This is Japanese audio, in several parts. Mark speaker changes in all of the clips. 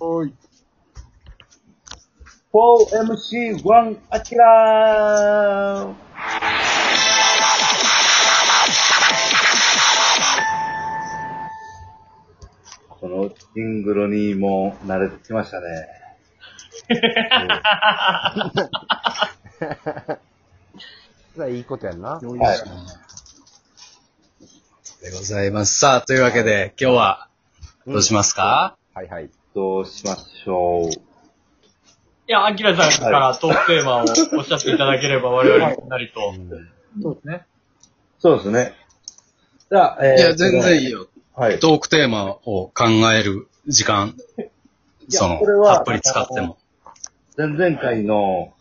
Speaker 1: おい。4MC1 アキラーこのジングルにも慣れてきましたね。
Speaker 2: それはいいことやんな。
Speaker 1: はい。
Speaker 3: でございます。さあ、というわけで、今日は、どうしますか、
Speaker 2: はいはい。
Speaker 1: どうしましょう。
Speaker 4: いや、アキラさんからトークテーマをおっしゃっていただければ、我々なりと。
Speaker 1: そうですね。そうですね。じゃあ、えー
Speaker 3: いや、全然いい。よ。
Speaker 1: はい。
Speaker 3: トークテーマを考える時間、
Speaker 1: や
Speaker 3: その
Speaker 1: これ、は
Speaker 3: たっぷり使っても。
Speaker 1: 前々回の、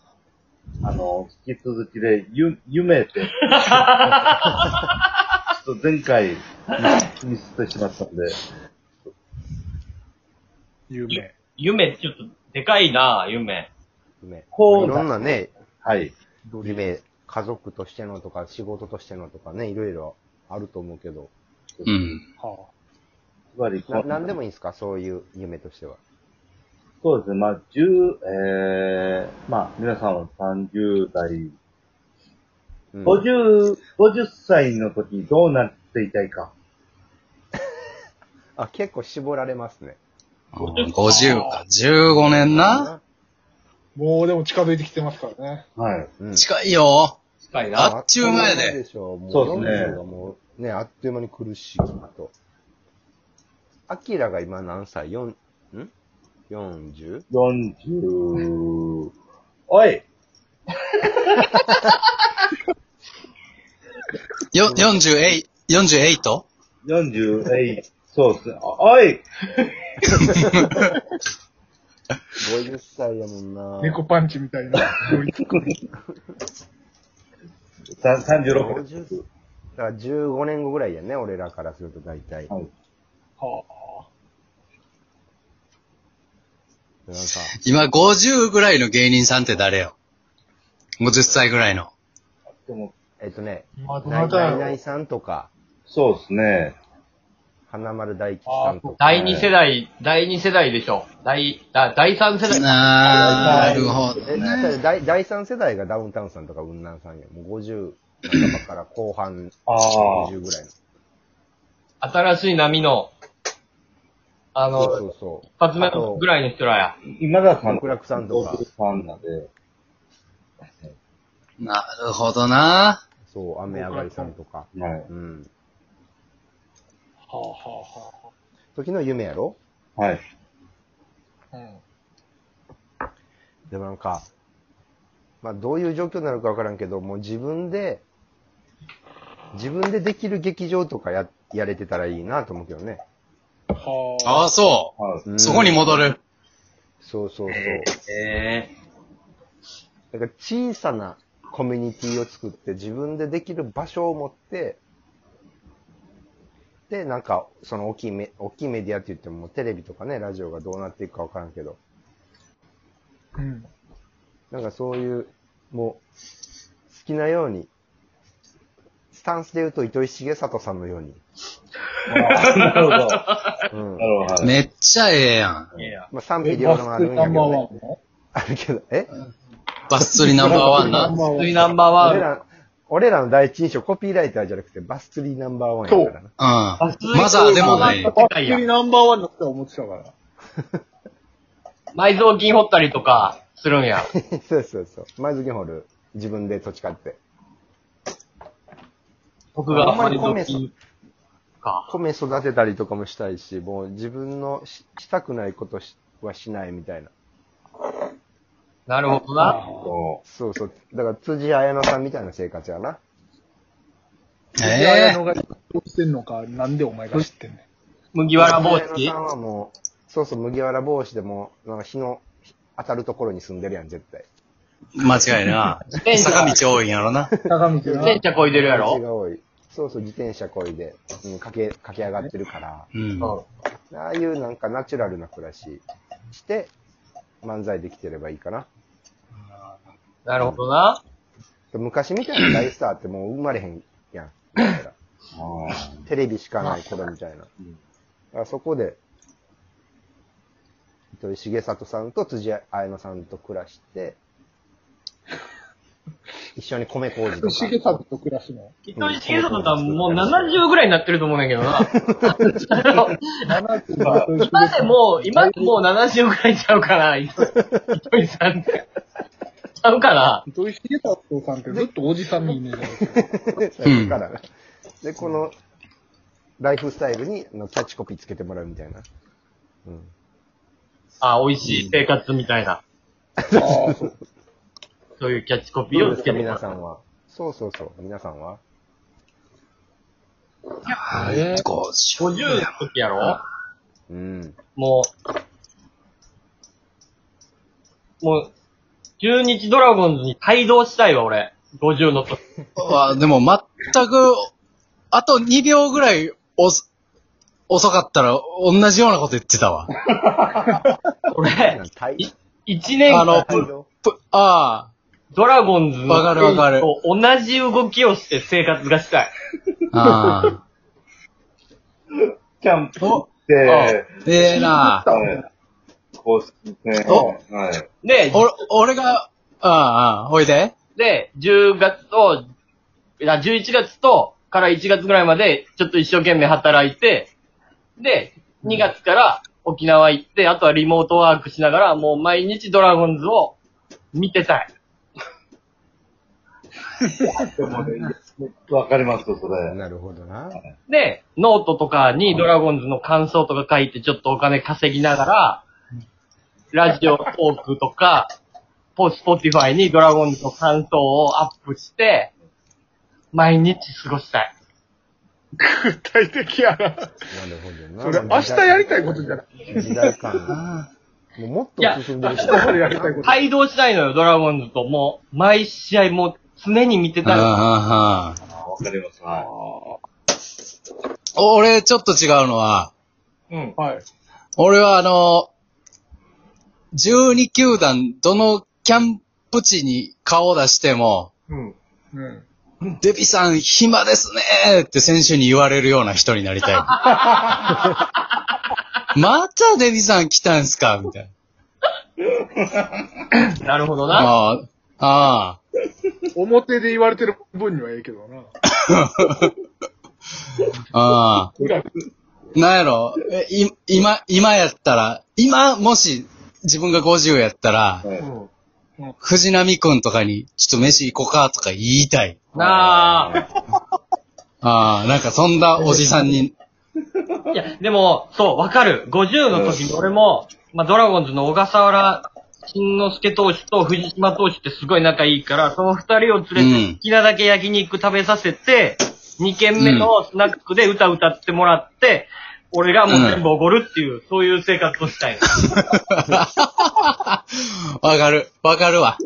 Speaker 1: あの、引き続きで、ゆ、夢って、ちょっと前回、ミスってしまったんで、
Speaker 5: 夢。
Speaker 4: 夢、ちょっと、でかいなぁ、夢。
Speaker 2: 夢。
Speaker 1: こう
Speaker 2: いろんなね、
Speaker 1: はい。
Speaker 2: 夢、家族としてのとか、仕事としてのとかね、いろいろあると思うけど、
Speaker 3: うん。
Speaker 5: は
Speaker 1: つまりこ
Speaker 2: な
Speaker 1: う、
Speaker 2: なんでもいいんですかそういう夢としては。
Speaker 1: そうですね。まあ、10、えー、まあ、皆さんは30代、
Speaker 2: うん
Speaker 1: 50、50歳の時にどうなっていたいか。
Speaker 2: あ、結構絞られますね。
Speaker 3: 50か、15年な
Speaker 5: あもうでも近づいてきてますからね。
Speaker 1: はい。
Speaker 2: うん
Speaker 3: 近いよ。
Speaker 4: 近いな。
Speaker 3: あっちゅう前で
Speaker 2: あっという間しょも
Speaker 1: そうですね
Speaker 2: 40がもうね、あっという間に苦しいと。アキラが今何歳 ?4、ん ?40?
Speaker 1: 40、おい
Speaker 3: よ、48、48?
Speaker 1: !48、そうですね。おおい
Speaker 2: 50歳やもんな。
Speaker 5: 猫パンチみた いな。
Speaker 1: さ36で
Speaker 2: 50
Speaker 1: す。
Speaker 2: だから15年後ぐらいやね、俺らからすると大体。
Speaker 1: はい
Speaker 5: は
Speaker 2: なんか、
Speaker 3: 今、50ぐらいの芸人さんって誰よ ?50 歳ぐらいの。
Speaker 1: でも
Speaker 2: えっとね、
Speaker 5: あ。まあ、ど
Speaker 2: ナ
Speaker 5: な
Speaker 2: イナ
Speaker 5: た
Speaker 2: イナ
Speaker 5: や
Speaker 2: イ
Speaker 5: ろ
Speaker 2: さんとか、
Speaker 1: そうですね。
Speaker 2: 花丸大吉さんとか。
Speaker 4: 第二世代、第二世代でしょ。第、だ第三世代。
Speaker 3: なるほど
Speaker 2: え、
Speaker 3: ね。
Speaker 2: だから第第3世代がダウンタウンさんとか、雲南さんや。もう50半ばから後半、
Speaker 1: ああ。
Speaker 2: 50ぐらいの。
Speaker 4: 新しい波の、あ
Speaker 2: そ
Speaker 4: の、
Speaker 2: うそうそう。
Speaker 4: 一発目のぐらいの人らや。
Speaker 1: 今田さん。
Speaker 2: 極楽さんとか
Speaker 1: 極楽さんなんで。
Speaker 3: なるほどな。
Speaker 2: そう、雨上がりさんとか。
Speaker 1: はい。
Speaker 2: うん。
Speaker 5: はあは
Speaker 2: 時の夢やろ
Speaker 1: はい。
Speaker 5: あはあ。うん。
Speaker 2: でもなんか、まあどういう状況になるかわからんけど、もう自分で、自分でできる劇場とかや、やれてたらいいなと思うけどね。
Speaker 5: はあ。
Speaker 3: ああ、そ
Speaker 1: はい。
Speaker 2: うん
Speaker 3: う。そこに戻る。
Speaker 2: そうそうそう。
Speaker 4: え
Speaker 2: だから小さなコミュニティを作って自分でできる場所を持って、で、なんか、その大きいメ、大きいメディアって言ってももうテレビとかね、ラジオがどうなっていくかわからんけど、
Speaker 5: うん。
Speaker 2: なんかそういう、もう、好きなように、スタンスで言うと糸井重里さんのように、
Speaker 1: なるほど。
Speaker 2: うん。
Speaker 1: なるほど。
Speaker 3: めっちゃええやん。
Speaker 4: え。いやいや。
Speaker 2: まあ賛
Speaker 5: え、
Speaker 2: 否
Speaker 5: バ
Speaker 2: 両論あ
Speaker 5: ス
Speaker 2: る
Speaker 5: ク
Speaker 2: ん
Speaker 5: ナ
Speaker 2: やけ
Speaker 5: ンバー
Speaker 2: ど、
Speaker 5: ワ
Speaker 2: ね、
Speaker 5: ンの
Speaker 2: あるけど、え
Speaker 3: バス釣りナンバーワンな。
Speaker 4: 次ナンバーワ
Speaker 2: 俺
Speaker 4: ン。
Speaker 2: ら、俺らの第一印象コピーライターじゃなくてバス釣りナンバーワンやからな。
Speaker 3: うん。マザーでもない。
Speaker 5: バスクリナンバーワンの人は思ってたから。
Speaker 4: 埋蔵金掘ったりとか、するんや。
Speaker 2: そうそうそう。マズキホール、自分で土地買って。
Speaker 4: 僕が
Speaker 2: あんまり
Speaker 4: 埋
Speaker 2: 米
Speaker 4: 蔵金か。
Speaker 2: 米育てたりとかもしたいし、もう自分のししたくないことしはしないみたいな。
Speaker 4: なるほどな。
Speaker 1: そ
Speaker 2: そうそう。だから辻彩乃さんみたいな生活やな。
Speaker 3: ええ
Speaker 5: のがどうしてんのか、なんでお前が知ってんねん。
Speaker 4: 麦わら帽
Speaker 2: 辻
Speaker 4: 子
Speaker 2: 彩乃さんはもう、そうそう、麦わら帽子でもう、なんか日の日当たるところに住んでるやん、絶対。
Speaker 3: 間違いな。
Speaker 4: 転車
Speaker 3: 坂道多いんやろな。
Speaker 5: 高見て
Speaker 4: 自
Speaker 5: な。
Speaker 4: 転車こいでるや
Speaker 2: 道
Speaker 4: ろ
Speaker 2: が多い。そうそう、自転車こいで、うん、駆け、駆け上がってるから。
Speaker 3: うん。
Speaker 2: ああいうなんかナチュラルな暮らしして、漫才できてればいいかな。
Speaker 4: なるほどな。
Speaker 2: 昔みたいな大スターってもう生まれへんやん。だ
Speaker 1: う。
Speaker 2: から
Speaker 1: ああ。
Speaker 2: テレビしかない頃みたいな。だからそこで、糸井重里さんと辻彩乃さんと暮らして、一緒に米麹と
Speaker 5: 重
Speaker 2: か。
Speaker 5: 里と暮らす の。
Speaker 4: 一人重里さんもう70ぐらいになってると思うねんだけどな。 今でも、今でもう70ぐらいちゃうかな、糸井さんって。ちゃうかな。
Speaker 5: 糸井重里さんってずっとおじさんのイメージなんですよ。
Speaker 2: だからねで、この、ライフスタイルにあのキャッチコピーつけてもらうみたいな。うん。
Speaker 4: あ、美味しい生活みたいな。
Speaker 5: ああ、そう。
Speaker 4: そういうキャッチコピー
Speaker 2: どう
Speaker 4: を
Speaker 2: で
Speaker 4: つ
Speaker 2: すか
Speaker 4: けて
Speaker 2: 皆さんは。そうそうそう。皆さんは
Speaker 3: はい、50。
Speaker 4: 50の時やろ
Speaker 2: うん。
Speaker 4: もう、もう、中日ドラゴンズに帯同したいわ、俺。50の時。
Speaker 3: あでも全く、あと2秒ぐらいおす遅かったら同じようなこと言ってたわ。
Speaker 4: 俺、
Speaker 2: タイ
Speaker 4: 1年
Speaker 3: あの
Speaker 2: タイの
Speaker 3: ぷあ
Speaker 4: ドラゴンズの
Speaker 3: わかるわかる
Speaker 4: と同じ動きをして生活がしたい。
Speaker 3: あ、ああ。
Speaker 1: キャンプ行って、
Speaker 3: ええな
Speaker 1: あの公式戦。
Speaker 3: お
Speaker 1: はい。
Speaker 4: で、
Speaker 3: お俺が、ああ、ああ、おいで。
Speaker 4: で、10月と、あ11月と、から1月ぐらいまで、ちょっと一生懸命働いて、で、2月から沖縄行って、あとはリモートワークしながら、もう毎日ドラゴンズを見てたい。
Speaker 1: でもねわかりますよ、それ。
Speaker 2: なるほどな。
Speaker 4: で、ノートとかにドラゴンズの感想とか書いて、ちょっとお金稼ぎながら、ラジオトークとか、ポスポティファイにドラゴンズの感想をアップして、毎日過ごしたい。
Speaker 5: 具体的やな。
Speaker 2: なるほどな。
Speaker 5: それ、明日やりたいことじゃない。
Speaker 2: い。時代感。もうもっと進んでるし
Speaker 5: 明日からやりたいこと。
Speaker 4: 帯同したいのよ、ドラゴンズと。もう、毎試合もう常に見てたら、
Speaker 3: ああ、あ
Speaker 1: あわかります。はい。
Speaker 3: あ。お俺、ちょっと違うのは、
Speaker 4: うん。
Speaker 5: はい。
Speaker 3: 俺はあの、12球団、どのキャンプ地に顔を出しても、
Speaker 4: うん。
Speaker 5: うん。
Speaker 3: デビさん暇ですねーって選手に言われるような人になりたい。 またデビさん来たんすかみたいな。
Speaker 4: なるほどな。
Speaker 3: ああ、あ
Speaker 5: 表で言われてる分にはええけどな。
Speaker 3: あ、ああ。なんやろ、えい今、今やったら、今、もし、自分が50やったら、
Speaker 1: はい
Speaker 4: うん。
Speaker 3: 藤波くんとかに、ちょっと飯行こうかとか言いたい。
Speaker 4: なあ。
Speaker 3: ああ、なんかそんなおじさんに、
Speaker 4: いや、でも、そう、わかる。50の時に俺も、まあ、ドラゴンズの小笠原慎之介投手と藤島投手ってすごい仲いいから、その二人を連れ
Speaker 3: う
Speaker 4: て
Speaker 3: ん
Speaker 4: 好きなだけ焼肉食べさせて、二軒目のスナックで歌歌ってもらって、俺がもう全部おごるっていう、そういう生活をしたいの。
Speaker 3: わかる、わかるわ。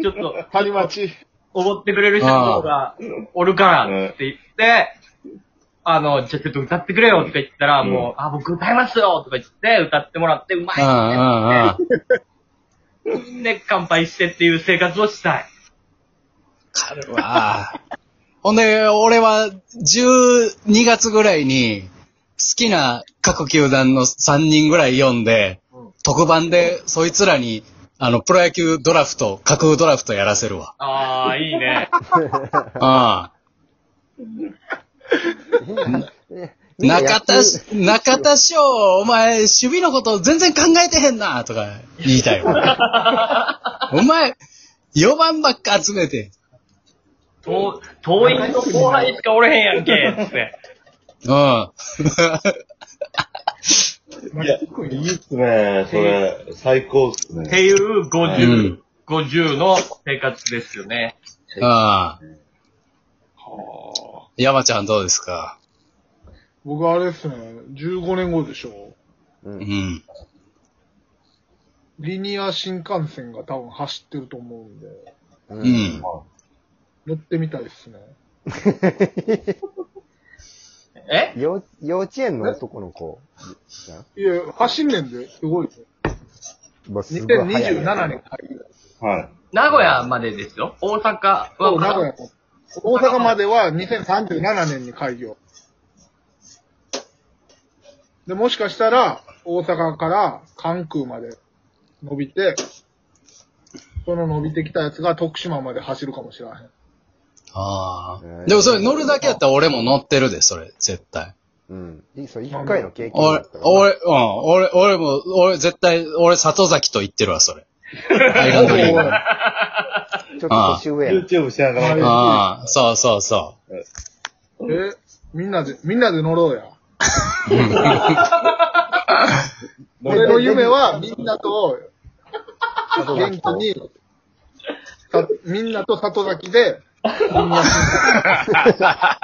Speaker 4: ちょっと、
Speaker 5: 谷町。
Speaker 4: おごってくれる人の方がおるからって言って、あの、じゃあちょっと歌ってくれよって言ったら、
Speaker 1: うん
Speaker 4: もう、あ、僕歌いますよとか言って、歌ってもらって、うま
Speaker 3: うんう
Speaker 4: い
Speaker 3: んうん。
Speaker 4: で乾杯してっていう生活をしたい。
Speaker 3: わあ。ほんで、俺は12月ぐらいに好きな各球団の3人ぐらい読んで、特番でそいつらに、あの、プロ野球ドラフト、架空ドラフトやらせるわ。
Speaker 4: ああ、いい ね。
Speaker 3: ああ。中田し、中田翔、お前、守備のこと全然考えてへんな、とか言いたいわ。 お前、4番ばっか集めて。
Speaker 4: 遠遠いの後輩しかおれへんやんけ、って。
Speaker 3: うん。
Speaker 1: いや、いいっすね。それ、最高っす
Speaker 4: っ
Speaker 1: ね。
Speaker 4: ていう50、
Speaker 3: うん
Speaker 4: 50の生活ですよね。
Speaker 5: は
Speaker 3: ああ。
Speaker 5: あ。
Speaker 3: 山ちゃんどうですか
Speaker 5: 僕あれですね、15年後でしょ。
Speaker 3: うん。
Speaker 5: リニア新幹線が多分走ってると思うんで、
Speaker 2: う
Speaker 3: う。ん。
Speaker 5: 乗ってみたいですね。
Speaker 4: え
Speaker 2: 幼幼稚園の男の子。
Speaker 5: いや、走んねんで、すごいね。
Speaker 2: まあすごい早い
Speaker 5: 2027年入る。
Speaker 1: はい。
Speaker 4: 名古屋までですよ。大阪は
Speaker 5: そう、名古屋と。大阪までは2037年に開業。で、もしかしたら、大阪から関空まで伸びて、その伸びてきたやつが徳島まで走るかもしれへん。
Speaker 3: あ
Speaker 2: え
Speaker 3: あ。
Speaker 2: ー
Speaker 3: でもそれ乗るだけやったら俺も乗ってるで、それ、絶対。
Speaker 2: うん。いそう、一回の経験だ
Speaker 3: 俺
Speaker 2: った、から
Speaker 3: 俺、うん、俺、俺も、俺絶対、俺里崎と言ってるわ、そ れ。アイランドリーグ。
Speaker 2: ちょっと年上やな。
Speaker 1: YouTube しながら。
Speaker 3: ああ、そうそうそ
Speaker 5: え、みんなで、みんなで乗ろうや。俺の夢はみんなと元気に、さみんなと里崎で、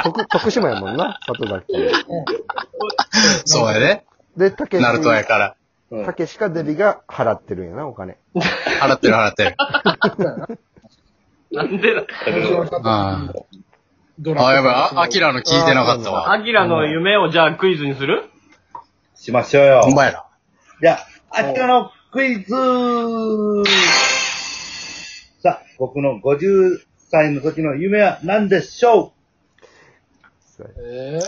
Speaker 2: 徳徳島やもんな、里崎。
Speaker 3: う。そうやね。
Speaker 2: で、たけし、
Speaker 3: ナルトやから。
Speaker 1: うん
Speaker 2: たけしかデビが払ってるんやな、お金。
Speaker 3: 払ってる払ってる。
Speaker 4: なんでだ。
Speaker 3: あ
Speaker 5: ド
Speaker 3: あ、やばい、
Speaker 5: ラ
Speaker 3: あアキラの聞いてなかったわ。
Speaker 4: アキラの夢をじゃあクイズにする
Speaker 1: しましょうよ
Speaker 3: ほ。んまやな。
Speaker 1: じゃあ、明日のクイズさあ、僕の50歳の時の夢は何でしょ
Speaker 5: え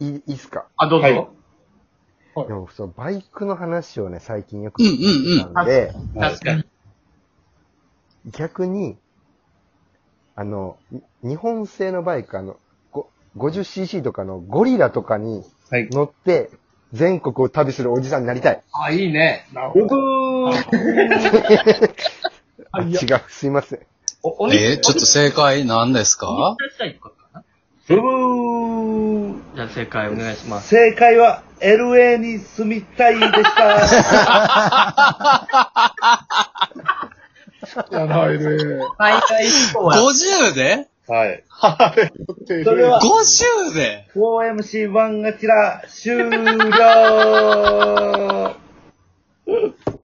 Speaker 2: いいいっすか。
Speaker 4: あ、どうぞ。
Speaker 1: はい
Speaker 2: でも、そのバイクの話をね、最近よく
Speaker 3: うんう
Speaker 2: 聞い
Speaker 3: んうん。
Speaker 2: たんで、
Speaker 1: う
Speaker 4: 確かに。
Speaker 2: 逆に、あの、に日本製のバイク、あの、ご 50cc とかのゴリラとかに
Speaker 1: はい
Speaker 2: 乗って、全国を旅するおじさんになりたい。
Speaker 4: あ、いいね。
Speaker 5: ー、なるほ
Speaker 1: 僕
Speaker 5: ど。、
Speaker 2: あ違う、すいません。
Speaker 4: お、おに
Speaker 3: えー、ちょっと正解何ですか
Speaker 4: したいことかな。
Speaker 1: ブブ
Speaker 4: じゃあ正解お願いしま
Speaker 1: ー
Speaker 4: す。
Speaker 1: 正解は LA に住みたいで した。
Speaker 5: やないで。
Speaker 4: 最大以降は、
Speaker 3: ?50 で
Speaker 1: はい。
Speaker 5: そ
Speaker 1: それは
Speaker 3: ?50 で
Speaker 1: 4MC1 がちら終了